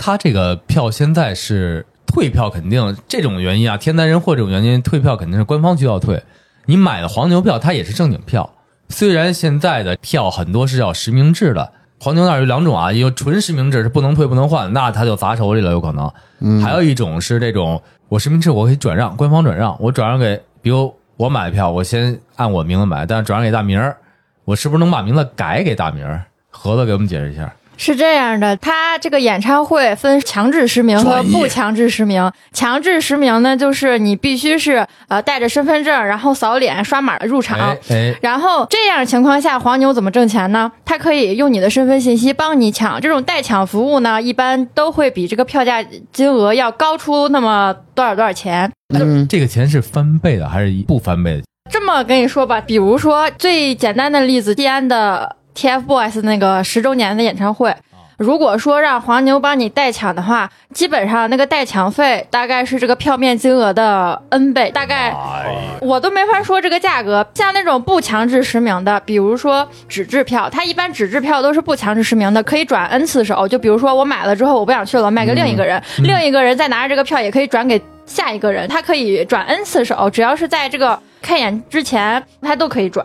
D: 他这个票现在是退票，肯定这种原因啊，天灾人祸这种原因，退票肯定是官方需要退。你买的黄牛票，它也是正经票，虽然现在的票很多是要实名制的。黄牛那儿有两种啊，有纯实名制是不能退不能换，那他就砸手里了，有可能。还有一种是这种，我实名制我可以转让，官方转让，我转让给，比如我买票，我先按我名字买，但是转让给大明儿，我是不是能把名字改给大明儿？盒子给我们解释一下。
A: 是这样的，他这个演唱会分强制实名和
D: 专业
A: 不强制实名。强制实名呢，就是你必须是呃带着身份证，然后扫脸刷码入场。
D: 哎哎，
A: 然后这样情况下，黄牛怎么挣钱呢？他可以用你的身份信息帮你抢，这种代抢服务呢，一般都会比这个票价金额要高出那么多少多少钱。
E: 嗯，
D: 这个钱是翻倍的还是不翻倍的？
A: 这么跟你说吧，比如说最简单的例子，西安的 TFBOYS 那个十周年的演唱会。如果说让黄牛帮你代抢的话，基本上那个代抢费大概是这个票面金额的 N 倍，大概
D: 哎呀，
A: 我都没法说这个价格。像那种不强制实名的，比如说纸质票，它一般纸质票都是不强制实名的，可以转 n 次手。就比如说我买了之后，我不想去了，我卖给另一个人，另一个人再拿着这个票也可以转给下一个人，他可以转 n 次手，只要是在这个开演之前，他都可以转。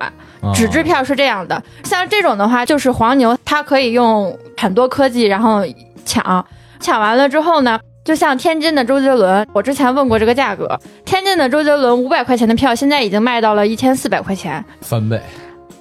A: 纸质票是这样的，像这种的话，就是黄牛，它可以用很多科技，然后抢，抢完了之后呢，就像天津的周杰伦，我之前问过这个价格，天津的周杰伦五百块钱的票，现在已经卖到了一千四百块钱，
D: 翻倍，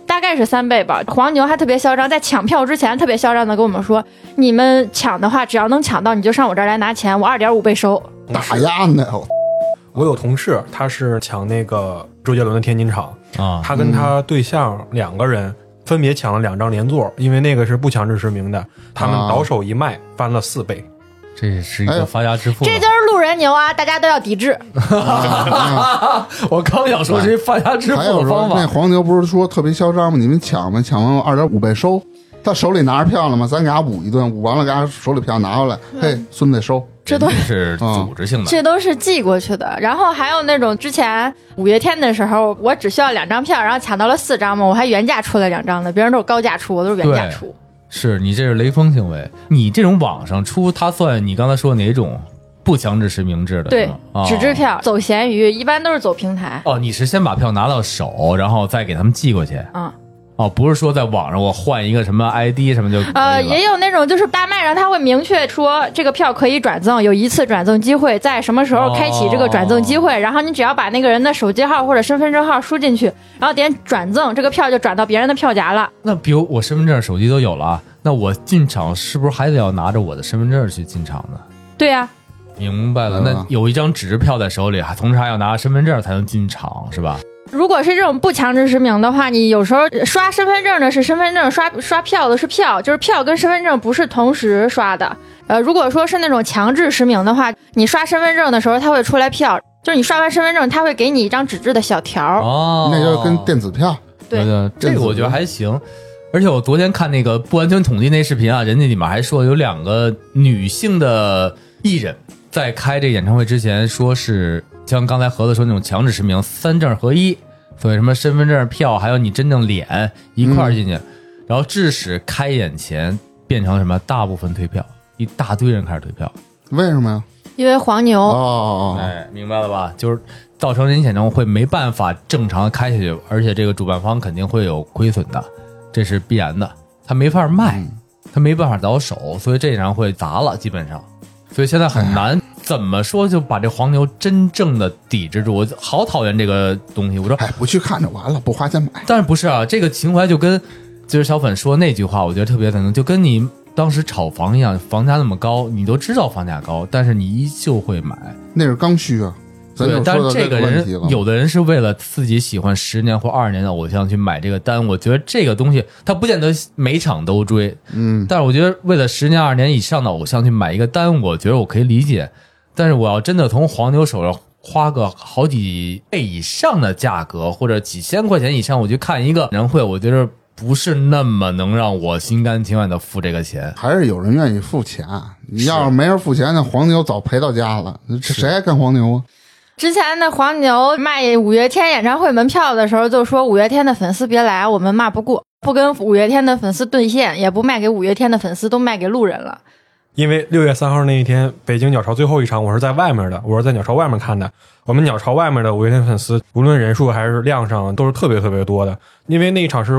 A: 大概是三倍吧。黄牛还特别嚣张，在抢票之前特别嚣张的跟我们说，你们抢的话，只要能抢到，你就上我这儿来拿钱，我二点五倍收。
E: 打压呢，我
C: 我有同事，他是抢那个周杰伦的天津场，
D: 啊，
C: 他跟他对象两个人分别抢了两张连座，因为那个是不强制实名的，他们
E: 啊
C: 倒手一卖翻了四倍。
D: 这是一个发家致富。
A: 这就是路人牛啊，大家都要抵制。
D: 我刚想说这是发家致富
E: 还有
D: 的
E: 说
D: 方
E: 那
D: 法，
E: 黄牛不是说特别嚣张吗？你们抢呗，抢完我二点五倍收。他手里拿着票了吗？咱给他捂一顿，捂完了给他手里票拿回来，嘿，孙子收。
A: 这都
D: 人家是组织性的。
A: 这都是寄过去的。然后还有那种之前五月天的时候，我只需要两张票，然后抢到了四张嘛，我还原价出了两张呢，别人都是高价出，我都是原价
D: 对
A: 出。
D: 是你这是雷锋行为，你这种网上出，它算你刚才说哪种不强制实名制的？
A: 对嗯
D: 是吗哦，
A: 纸质票走闲鱼一般都是走平台，
D: 哦，你是先把票拿到手，然后再给他们寄过去。
A: 嗯。
D: 哦，不是说在网上我换一个什么 ID 什么就可以
A: 呃，
D: 了
A: 也有那种就是大卖上他会明确说这个票可以转赠，有一次转赠机会，在什么时候开启这个转赠机会，然后你只要把那个人的手机号或者身份证号输进去，然后点转赠，这个票就转到别人的票夹了。
D: 那比如我身份证、手机都有了啊，那我进场是不是还得要拿着我的身份证去进场呢？
A: 对呀、
D: 明白了，
E: 嗯
D: 那有一张纸质票在手里，还同时还要拿身份证才能进场，是吧？
A: 如果是这种不强制实名的话，你有时候刷身份证的是身份证，刷刷票的是票，就是票跟身份证不是同时刷的。呃，如果说是那种强制实名的话，你刷身份证的时候，它会出来票，就是你刷完身份证，它会给你一张纸质的小条儿。
E: 啊
D: 哦
E: 那就跟电子票，
A: 对
D: 对，这个我觉得还行。而且我昨天看那个不完全统计那视频啊，人家里面还说有两个女性的艺人，在开这演唱会之前，说是像刚才盒子说那种强制实名三证合一，所谓什么身份证、票，还有你真正脸一块儿进
E: 嗯
D: 去，然后致使开演前变成了什么大部分退票，一大堆人开始退票。
E: 为什么呀？
A: 因为黄牛、
E: 哦哦哦，
D: 哎，明白了吧？就是造成人家演唱会没办法正常开下去，而且这个主办方肯定会有亏损的，这是必然的。他没法卖，他没办法倒手，所以这演唱会砸了，基本上。所以现在很难，怎么说就把这黄牛真正的抵制住？我好讨厌这个东西。我说，
E: 哎，不去看就完了，不花钱买。
D: 但是不是啊？这个情怀就跟就是小粉说那句话，我觉得特别赞同，就跟你当时炒房一样，房价那么高，你都知道房价高，但是你依旧会买。
E: 那是刚需啊。咱
D: 对
E: 就，
D: 但
E: 说到
D: 这
E: 个问
D: 人
E: 题了，
D: 有的人是为了自己喜欢十年或二十年的偶像去买这个单，我觉得这个东西他不见得每场都追，
E: 嗯，
D: 但是我觉得为了十年、二十年以上的偶像去买一个单，我觉得我可以理解。但是我要真的从黄牛手上花个好几倍以上的价格，或者几千块钱以上，我去看一个人会，我觉得不是那么能让我心甘情愿的付这个钱。
E: 还是有人愿意付钱。你要是没人付钱，那黄牛早赔到家了。这谁还干黄牛啊？
A: 之前那黄牛卖五月天演唱会门票的时候，就说五月天的粉丝别来，我们骂不过，不跟五月天的粉丝兑现，也不卖给五月天的粉丝，都卖给路人了。
C: 因为六月三号那一天，北京鸟巢最后一场，我是在外面的，我是在鸟巢外面看的。我们鸟巢外面的五月天粉丝，无论人数还是量上，都是特别特别多的。因为那一场是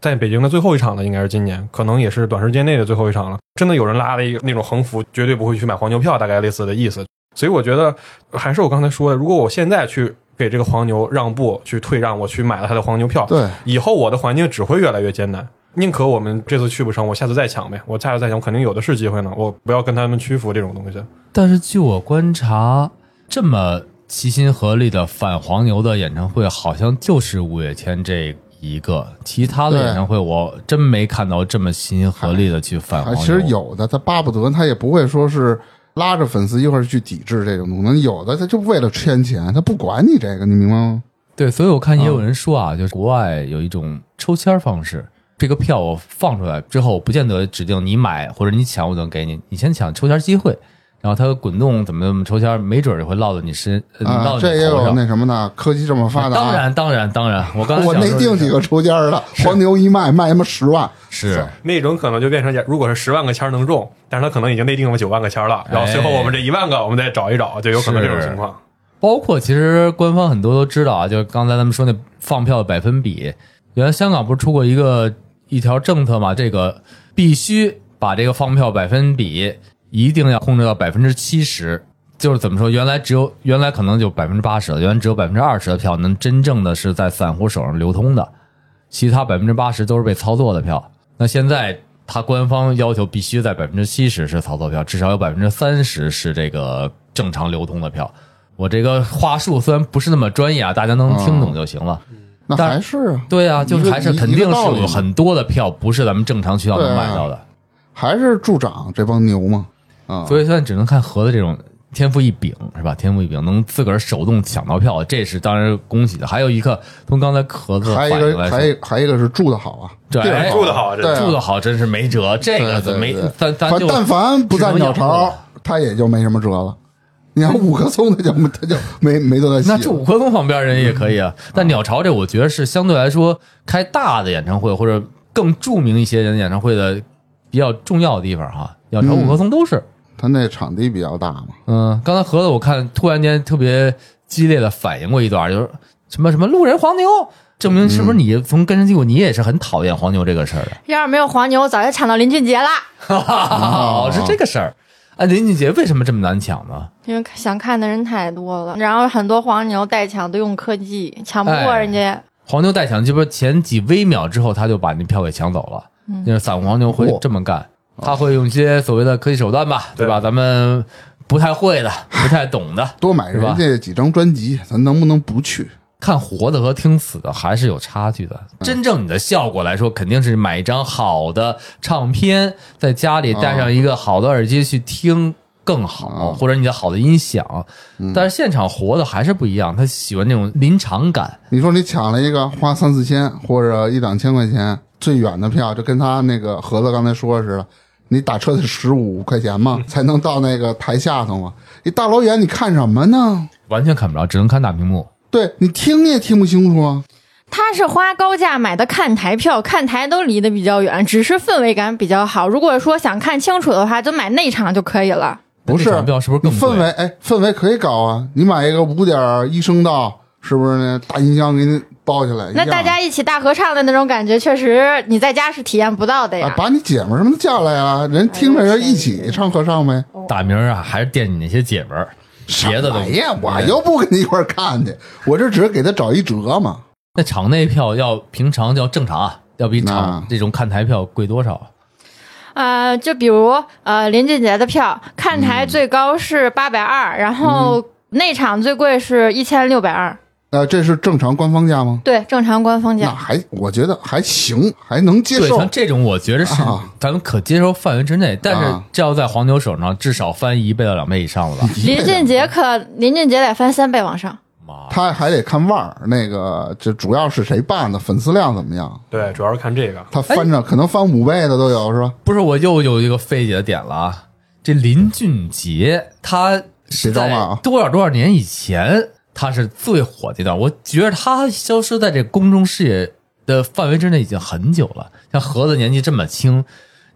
C: 在北京的最后一场了，应该是今年，可能也是短时间内的最后一场了。真的有人拉了一个那种横幅，绝对不会去买黄牛票，大概类似的意思。所以我觉得还是我刚才说的，如果我现在去给这个黄牛让步，去退让，我去买了他的黄牛票，
E: 对，
C: 以后我的环境只会越来越艰难。宁可我们这次去不成，我下次再抢呗。我下次再抢，我肯定有的是机会呢。我不要跟他们屈服这种东西。
D: 但是据我观察，这么齐心合力的反黄牛的演唱会，好像就是五月天这一个，其他的
E: 对
D: 演唱会我真没看到这么齐心合力的去反黄
E: 还
D: 牛。
E: 啊其实有的他巴不得他也不会说是拉着粉丝一块儿去抵制这种东西，有的他就为了圈钱，他不管你这个，你明白吗？
D: 对，所以我看也有人说啊，就是国外有一种抽签方式，这个票我放出来之后，不见得指定你买或者你抢我就能给你，你先抢抽签机会，然后它滚动怎么怎么抽签，没准儿就会落到你身，呃
E: 啊
D: 落，到
E: 这
D: 你
E: 也
D: 头
E: 有
D: 上。
E: 那什么呢？科技这么发达，
D: 当然当然当然，我刚才
E: 我
D: 想
E: 内
D: 说
E: 定 几个抽签儿的，黄牛一卖卖他妈十万，
D: 是
C: 那种可能就变成，如果是十万个签儿能中，但是他可能已经内定了九万个签儿了，然后随后
D: 哎
C: 我们这一万个，我们再找一找，就有可能这种
D: 是
C: 情况。
D: 包括其实官方很多都知道啊，就是刚才咱们说那放票的百分比，原来香港不是出过一个一条政策嘛，这个必须把这个放票百分比一定要控制到百分之七十。就是怎么说，原来只有原来可能就百分之八十了，原来只有百分之二十的票能真正的是在散户手上流通的，其他百分之八十都是被操作的票。那现在它官方要求必须在百分之七十是操作票，至少有百分之三十是这个正常流通的票。我这个话术虽然不是那么专业啊，大家能听懂就行了。
E: 那
D: 但
E: 还是嗯啊
D: 对啊，就是还是
E: 一个
D: 肯定
E: 一个道
D: 是
E: 理
D: 有很多的票不是咱们正常渠道能买到的，
E: 还是助长这帮牛嘛。啊，
D: 所以现在只能看盒子这种天赋异禀是吧？天赋异禀能自个儿手动抢到票，这是当然恭喜的。还有一个从刚才盒子的
E: 还
D: 反
E: 有一
D: 应
E: 个，
D: 来
E: 还
D: 说，
E: 有还有一个是住的好啊，
D: 对
E: 地方
D: 哎
C: 住得好这
E: 对啊
D: 住的好真是没辙，这个
E: 对对
D: 没
E: 对
D: 咱咱
E: 反
D: 就
E: 但凡不在鸟
D: 只能养
E: 巢
D: 活，
E: 他也就没什么辙了。你看五棵松，他就他就没没多大戏了。
D: 那住合同旁边人也可以啊。但鸟巢这，我觉得是相对来说开大的演唱会或者更著名一些人演唱会的比较重要的地方哈。鸟巢、
E: 嗯
D: 五合松都是。
E: 他那场地比较大嘛，
D: 嗯，刚才盒子我看突然间特别激烈的反应过一段，就是什么什么路人黄牛，证明是不是你从根深蒂固你也是很讨厌黄牛这个事儿的？
A: 要是没有黄牛，我早就抢到林俊杰啦。
D: 哦，是这个事儿。哎，林俊杰为什么这么难抢呢？
A: 因为想看的人太多了，然后很多黄牛代抢都用科技，抢不过人家。
D: 黄牛代抢，这不是前几微秒之后他就把那票给抢走了。嗯，就是散户黄牛会
E: 哦
D: 这么干，他会用一些所谓的科技手段吧，对吧？咱们不太会的、 不太懂的，
E: 多买人家几张专辑，咱能不能不去？
D: 看活的和听死的还是有差距的。
E: 嗯
D: 真正你的效果来说，肯定是买一张好的唱片，在家里带上一个好的耳机去听更好，
E: 啊
D: 或者你的好的音响。
E: 嗯
D: 但是现场活的还是不一样，他喜欢这种临场感。
E: 你说你抢了一个花三四千或者一两千块钱最远的票，就跟他那个盒子刚才说的似的，你打车得十五块钱
D: 嗯
E: 嘛，才能到那个台下头嘛。你大老远你看什么呢？
D: 完全看不着，只能看大屏幕。
E: 对你听你也听不清楚啊。
A: 他是花高价买的看台票，看台都离得比较远，只是氛围感比较好。如果说想看清楚的话，就买内场就可以了。
E: 不是
D: 那场票是不是
E: 你
D: 更贵
E: 氛围哎，氛围可以搞啊，你买一个五点一声道，是不是呢？大音箱给你包起来，一
A: 那
E: 样
A: 大家一起大合唱的那种感觉，确实你在家是体验不到的呀。哎
E: 啊，把你姐们儿什么的叫来啊，人听着人一起唱合唱呗。
D: 大明儿啊，还是惦记那些姐们儿，别的都
E: 哎呀，我
D: 对
E: 又不跟你一块儿看去，我这只是给他找一折嘛。
D: 那场内票要平常要正常啊，要比场
E: 那
D: 这种看台票贵多少啊？
A: 呃，就比如呃林俊杰的票，看台最高是八百二，然后内场最贵是一千六百二，
E: 呃，这是正常官方价吗？
A: 对，正常官方
E: 那
A: 价。
E: 还我觉得还行，还能接
D: 对，
E: 受
D: 像。这种我觉得是
E: 啊
D: 咱们可接受范围之内，但是
E: 啊
D: 这要在黄牛手上，至少翻一倍到两倍以 上了吧？
A: 林俊杰可林俊杰得翻三倍往上，
D: 妈，
E: 他还得看腕儿，那个这主要是谁办的，粉丝量怎么样？
C: 对，主要是看这个。
E: 他翻
D: 哎
E: 着、可能翻五倍的都有是吧？
D: 不是，我又有一个费解的点了啊！这林俊杰他是
E: 别着
D: 在
E: 骂啊
D: 多少多少年以前，他是最火的一段，我觉得他消失在这公众视野的范围之内已经很久了。像盒子年纪这么轻，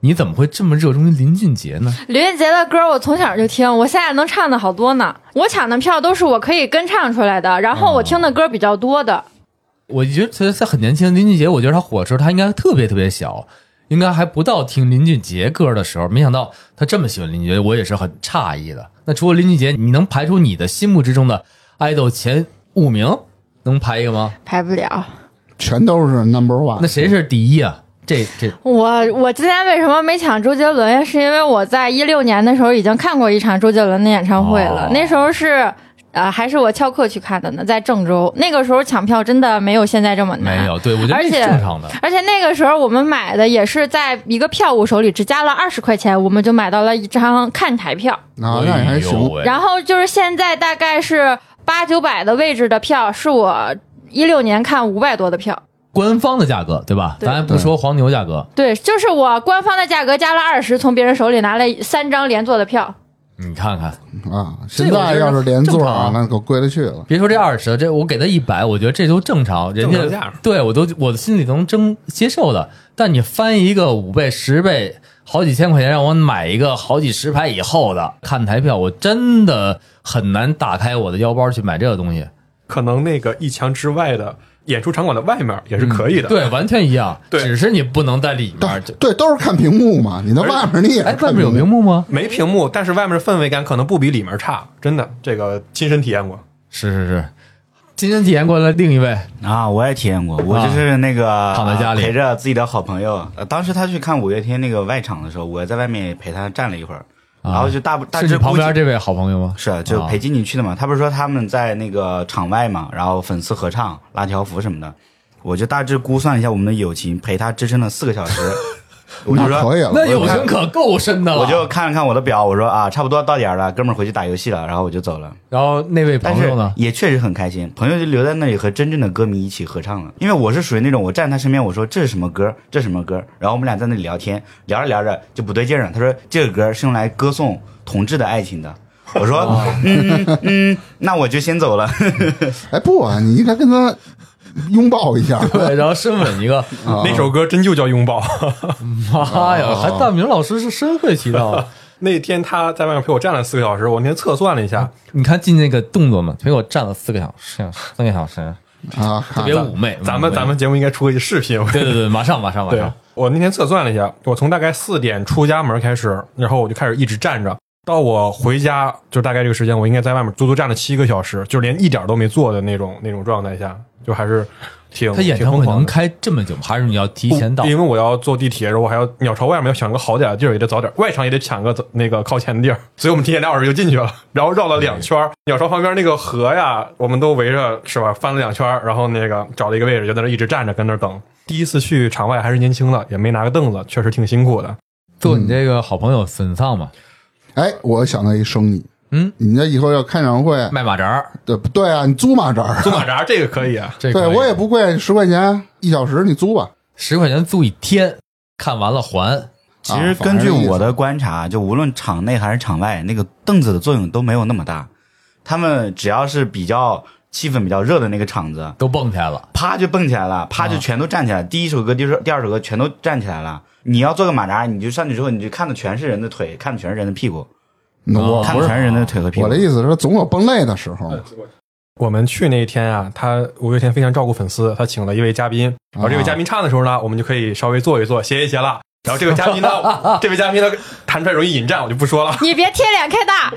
D: 你怎么会这么热衷于林俊杰呢？
A: 林俊杰的歌我从小就听，我现在能唱的好多呢。我抢的票都是我可以跟唱出来的，然后我听的歌比较多的。
D: 我觉得他他很年轻，林俊杰，我觉得他火的时候，他应该特别特别小，应该还不到听林俊杰歌的时候。没想到他这么喜欢林俊杰，我也是很诧异的。那除了林俊杰，你能排出你的心目之中的爱豆前五名，能排一个吗？
A: 排不了，
E: 全都是 number
D: 那
E: one。
D: 谁是第一啊？这这
A: 我我今天为什么没抢周杰伦？是因为我在一六年的时候已经看过一场周杰伦的演唱会了，
D: 哦
A: 那时候是。呃，还是我翘课去看的呢，在郑州。那个时候抢票真的没有现在这么难，
D: 没有，对我觉得
A: 而
D: 这是
A: 且
D: 正常的。
A: 而且那个时候我们买的也是在一个票务手里只加了二十块钱，我们就买到了一张看台票。
E: 啊，那也还
D: 哎呦
E: 行。
D: 喂
A: 然后就是现在大概是八九百的位置的票，是我一六年看五百多的票。
D: 官方的价格，对吧？
A: 对
D: 咱不说黄牛价格，
A: 对，就是我官方的价格加了二十，从别人手里拿了三张连坐的票。
D: 你看看，
E: 啊，
D: 这
E: 现
D: 我觉
E: 在
D: 得
E: 要是连
D: 正
E: 座
D: 常啊
E: 啊，那可贵了去了。
D: 别说这二十，这我给他一百，我觉得这都正常，人
C: 正常
D: 家
C: 价
D: 对我都我心里都能争接受的。但你翻一个五倍、十倍，好几千块钱让我买一个好几十排以后的看台票，我真的很难打开我的腰包去买这个东西。
C: 可能那个一墙之外的演出场馆的外面也是可以的。
D: 嗯对，完全一样，
C: 对
D: 只是你不能在里面
E: 但
D: 就。
E: 对，都是看屏幕嘛，你那
C: 而
E: 外面你也
D: 哎
E: 是，
D: 外
E: 看
D: 面有
E: 屏
D: 屏幕吗？
C: 没屏幕，但是外面的氛围感可能不比里面差，真的，这个亲身体验过。
D: 是是是，亲身体验过的另一位，
B: 啊，我也体验过，我
D: 啊
B: 就是那个
D: 躺在家里
B: 陪着自己的好朋友。呃当时他去看五月天那个外场的时候，我在外面陪他站了一会儿，
D: 啊
B: 然后就大大
D: 是你
B: 致
D: 旁
B: 估计
D: 边这位好朋友吗？
B: 是就
D: 啊
B: 陪经理去的嘛。他不是说他们在那个场外嘛，然后粉丝合唱、拉条幅什么的，我就大致估算一下我们的友情，陪他支撑了四个小 时，我就
E: 幕，那
B: 说
E: 可以了。
D: 那友情可够深的了。
B: 我就看了看我的表，我说啊，差不多到点儿了，哥们儿回去打游戏了，然后我就走了。
D: 然后那位
B: 但
D: 朋
B: 是
D: 友呢？
B: 也确实很开心，朋友就留在那里和真正的歌迷一起合唱了。因为我是属于那种，我站他身边，我说这是什么歌，这是什么歌，然后我们俩在那里聊天，聊着聊着就不对劲儿了。他说这个歌是用来歌颂同志的爱情的。我说，
D: 哦
B: 嗯嗯，那我就先
D: 啊
B: 走了。
E: 哎，不啊，你应该跟他拥抱一下。
D: 对，然后深吻一个，
C: 那首歌真就叫拥抱。
D: 妈呀！还哎大明老师是深会提 到，
C: 那天他在外面陪我站了四个小时，我那天测算了一下，
D: 你看进那个动作嘛，结果站了四个小 时，三个小时，
E: 啊，
D: 特
E: 看
D: 别妩媚。
C: 嗯咱们
D: 妩媚
C: 咱们节目应该出个视频。我
D: 嗯 对对对，马上马上马
C: 对
D: 上，
C: 我那天测算了一下，我从大概四点出家门开始，然后我就开始一直站着，到我回家就大概这个时间，我应该在外面足足站了七个小时，就连一点都没坐的那种那种状态下，就还是挺
D: 他演
C: 挺
D: 唱
C: 疯
D: 会
C: 狂
D: 能
C: 的。
D: 开这么久吗，还是你要提前到
C: 不？因为我要坐地铁，然后我还要鸟巢外面要想个好点的地儿，也得早点，外场也得抢个早那个靠前的地儿， 所以我们提前俩小时就进去了，然后绕了两圈儿，鸟巢旁边那个河呀，我们都围着是吧，翻了两圈儿，然后那个找了一个位置，就在那儿一直站着，跟那儿等。第一次去场外还是年轻的，也没拿个凳子，确实挺辛苦的。
D: 做你这个好朋友沈丧嘛，
E: 哎，我想到一生意，
D: 嗯，
E: 你那以后要开演唱会，
D: 卖马扎儿，
E: 对不对啊？你租马扎儿，
C: 坐马扎这个可以啊，
D: 这
E: 对
D: 可以
E: 我也不贵，十块钱一小时，你租吧。
D: 十块钱租一天，看完了还。
B: 其实根据我的观察，就无论场内还是场外，那个凳子的作用都没有那么大。他们只要是比较气氛比较热的那个场子，
D: 都蹦起来了，
B: 啪就蹦起来了，啪就全都站起来，第一首歌、第二第二首歌全都站起来了。你要做个马扎，你就上去之后，你就看的全是人的腿，看的全是人的屁股，
E: 那
D: 哦
E: 我
B: 看的全是人的腿和屁股。
E: 我的意思是，总有崩累的时
D: 嗯
E: 候嘛。
C: 我们去那一天啊，他五月天非常照顾粉丝，他请了一位嘉宾，然后这位嘉宾唱的时候呢，我们就可以稍微坐一坐，歇一歇了。然后这位嘉 宾呢，这位嘉宾呢弹出来容易引战，我就不说了。
A: 你别贴脸开大，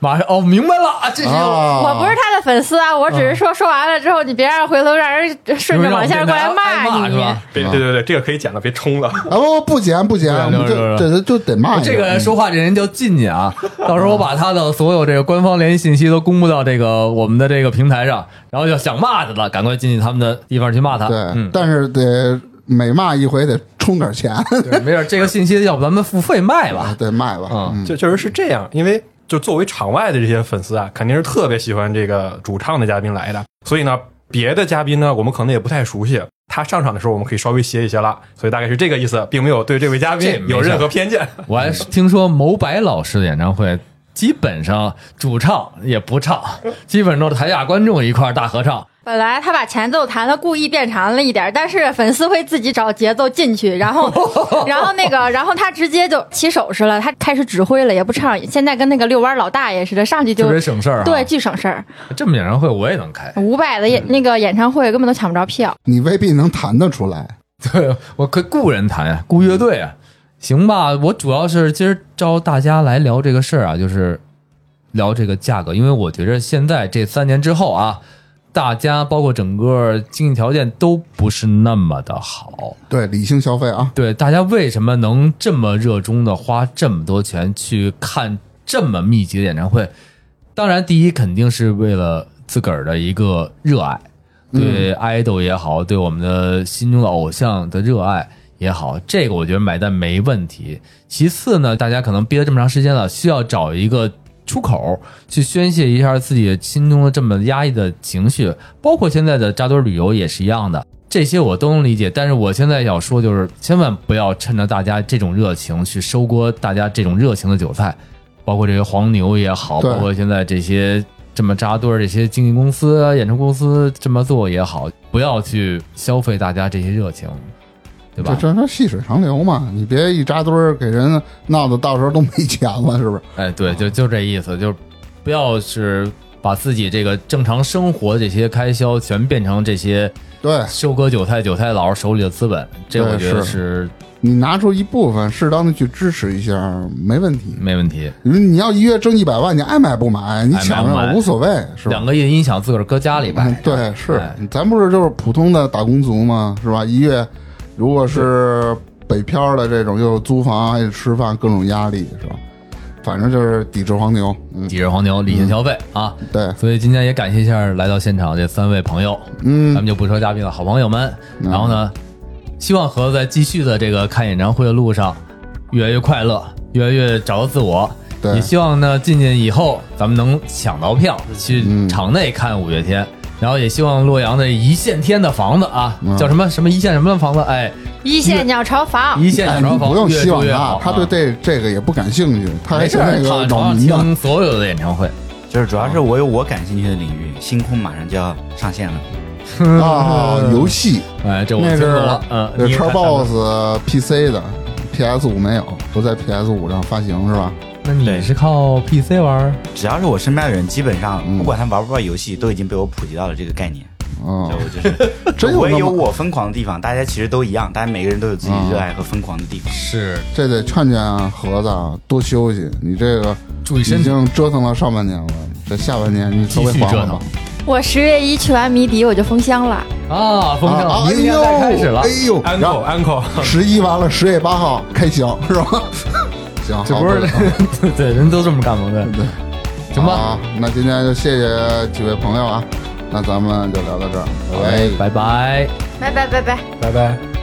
D: 马上哦，明白了啊，这是
E: 啊，
A: 我不是他的粉丝啊，我只
D: 嗯
A: 是说说完了之后，你别让回头让人顺着网线过来骂
D: 骂是
A: 你。
D: 吧？
C: 别对对对，这个可以剪了，别冲了。
E: 啊不不剪不剪，我
D: 对
E: 们就
D: 对对
E: 这这就得
A: 哎
E: 骂一
D: 这个
E: 顿
D: 说话这人叫进去 啊，到时候我把他的所有这个官方联系信息都公布到这个我们的这个平台上，然后要想骂他的，赶快进去他们的地方去骂他。
E: 对
D: 嗯，，
E: 但是得每骂一回得充点钱，
D: 对没事，这个信息要不咱们付费卖吧？
E: 对，卖吧。
D: 嗯
E: 嗯
C: 就确实是这样，因为就作为场外的这些粉丝啊，肯定是特别喜欢这个主唱的嘉宾来的，所以呢，别的嘉宾呢，我们可能也不太熟悉。他上场的时候，我们可以稍微歇一歇了，所以大概是这个意思，并没有对这位嘉
D: 这
C: 宾
D: 没
C: 有任
D: 事
C: 何偏见。
D: 我还听说某白老师的演唱会，基本上主唱也不唱，基本都是台下观众一块儿大合唱。
A: 本来他把前奏弹的故意变长了一点，但是粉丝会自己找节奏进去，然后，然后那个，然后他直接就起手势了，他开始指挥了，也不唱。现在跟那个遛弯老大爷似的，上去就
D: 特别省事儿啊
A: 对，巨省事儿。
D: 这么演唱会我也能开，
A: 五百的演、
D: 嗯
A: 那个演唱会根本都抢不着票。
E: 你未必能弹得出来。
D: 对我可以雇人弹呀，雇乐队啊，行吧？我主要是今儿招大家来聊这个事儿啊，就是聊这个价格，因为我觉着现在这三年之后啊，大家包括整个经济条件都不是那么的好。
E: 对，理性消费啊，
D: 对，大家为什么能这么热衷的花这么多钱去看这么密集的演唱会？当然，第一肯定是为了自个儿的一个热爱，对 idol 也好，对我们的心中的偶像的热爱也好，这个我觉得买单没问题。其次呢，大家可能憋了这么长时间了，需要找一个出口去宣泄一下自己心中的这么压抑的情绪，包括现在的扎堆旅游也是一样的。这些我都能理解，但是我现在要说就是，千万不要趁着大家这种热情去收割大家这种热情的韭菜，包括这些黄牛也好，
E: 对
D: 包括现在这些这么扎堆儿这些经纪公司啊、演出公司这么做也好，不要去消费大家这些热情，
E: 这
D: 对吧？
E: 这这细水长流嘛，你别一扎堆儿给人闹得到时候都没钱了，是不是？
D: 哎，对，就就这意思，就是不要是把自己这个正常生活的这些开销全变成这些
E: 对
D: 收割韭菜韭菜佬手里的资本，这
E: 对
D: 我觉得
E: 是
D: 是
E: 你拿出一部分适当的去支持一下，没问题。
D: 没问题。
E: 你说你要一月挣一百万，你爱买不买，你
D: 哎爱买
E: 抢
D: 不
E: 着
D: 买
E: 无所谓，是吧
D: 两？个亿的音响自个儿搁家里
E: 嗯
D: 摆，
E: 对，是
D: 哎
E: 咱不是就是普通的打工族嘛，是吧？一月如果是北漂的这种，又有租房还得吃饭，各种压力，是吧？反正就是抵制黄牛，嗯，
D: 抵制黄牛，理性消费啊！
E: 对，嗯
D: 所以今天也感谢一下来到现场这三位朋友，咱
E: 嗯，
D: 们就不说嘉宾了，好朋友们。然后呢，希望盒子在继续的这个看演唱会的路上，越来越快乐，越来越找到自我。
E: 对
D: 也希望呢，进进以后咱们能抢到票去
E: 嗯
D: 场内看五月天。然后也希望洛阳的一线天的房子啊，
E: 嗯
D: 叫什么什么一线什么房子？哎，
A: 一线鸟巢房，
D: 一线
E: 哎
D: 小
E: 你
D: 房
E: 不用
D: 越
E: 希
D: 住
E: 望
D: 越
E: 他
D: 好，
E: 他
D: 啊
E: 对这这个也不感兴趣，他还
D: 没事
E: 嫌
D: 儿
E: 那
D: 躺
E: 个
D: 床
E: 扰
D: 上
E: 民呢。
D: 听所有的演唱会。
B: 就是主要是我有我感兴趣的领域，星空马上就要上线了。
E: 啊，游戏
D: 哎，这我
E: 那
D: 听
E: 是呃
D: 懂了，嗯，你也看看
E: Xbox PC 的，PS 五没有，不在 PS 五上发行是吧？
D: 那你
B: 对
D: 是靠 PC 玩儿？
B: 只要是我身边的人，基本上
E: 嗯
B: 不管他玩不玩游戏，都已经被我普及到了这个概念。
E: 嗯
B: 就，我 就是，
E: 真有
B: 我也
E: 那
B: 哦有
E: 么
B: 我疯狂的地方，大家其实都一样，大家每个人都有自己热爱和疯狂的地方。
D: 是
E: 这得劝劝盒子啊，多休息。你这个
D: 注意身
E: 已
D: 体，
E: 经折腾了上半年了，这下半年你稍
D: 继
E: 微
D: 续
E: 缓
D: 折
E: 缓
D: 腾
E: 吧。
A: 我十月一去完谜底我就封箱了，
D: 啊！风筝
E: 啊，哎
D: 明天
E: 呦，
D: 再开始了
E: 哎，呦，然后
F: uncle uncle，
E: 十一完了，十月八号开箱是吧？ 行，
D: 这
E: 好
D: 不是
E: 好
D: 对对，人都这么干嘛的？
E: 对，
D: 行吧，
E: 啊，那今天就谢谢几位朋友啊，那咱们就聊到这儿，拜拜。
D: 拜拜。
A: 拜拜拜拜。
F: 拜拜。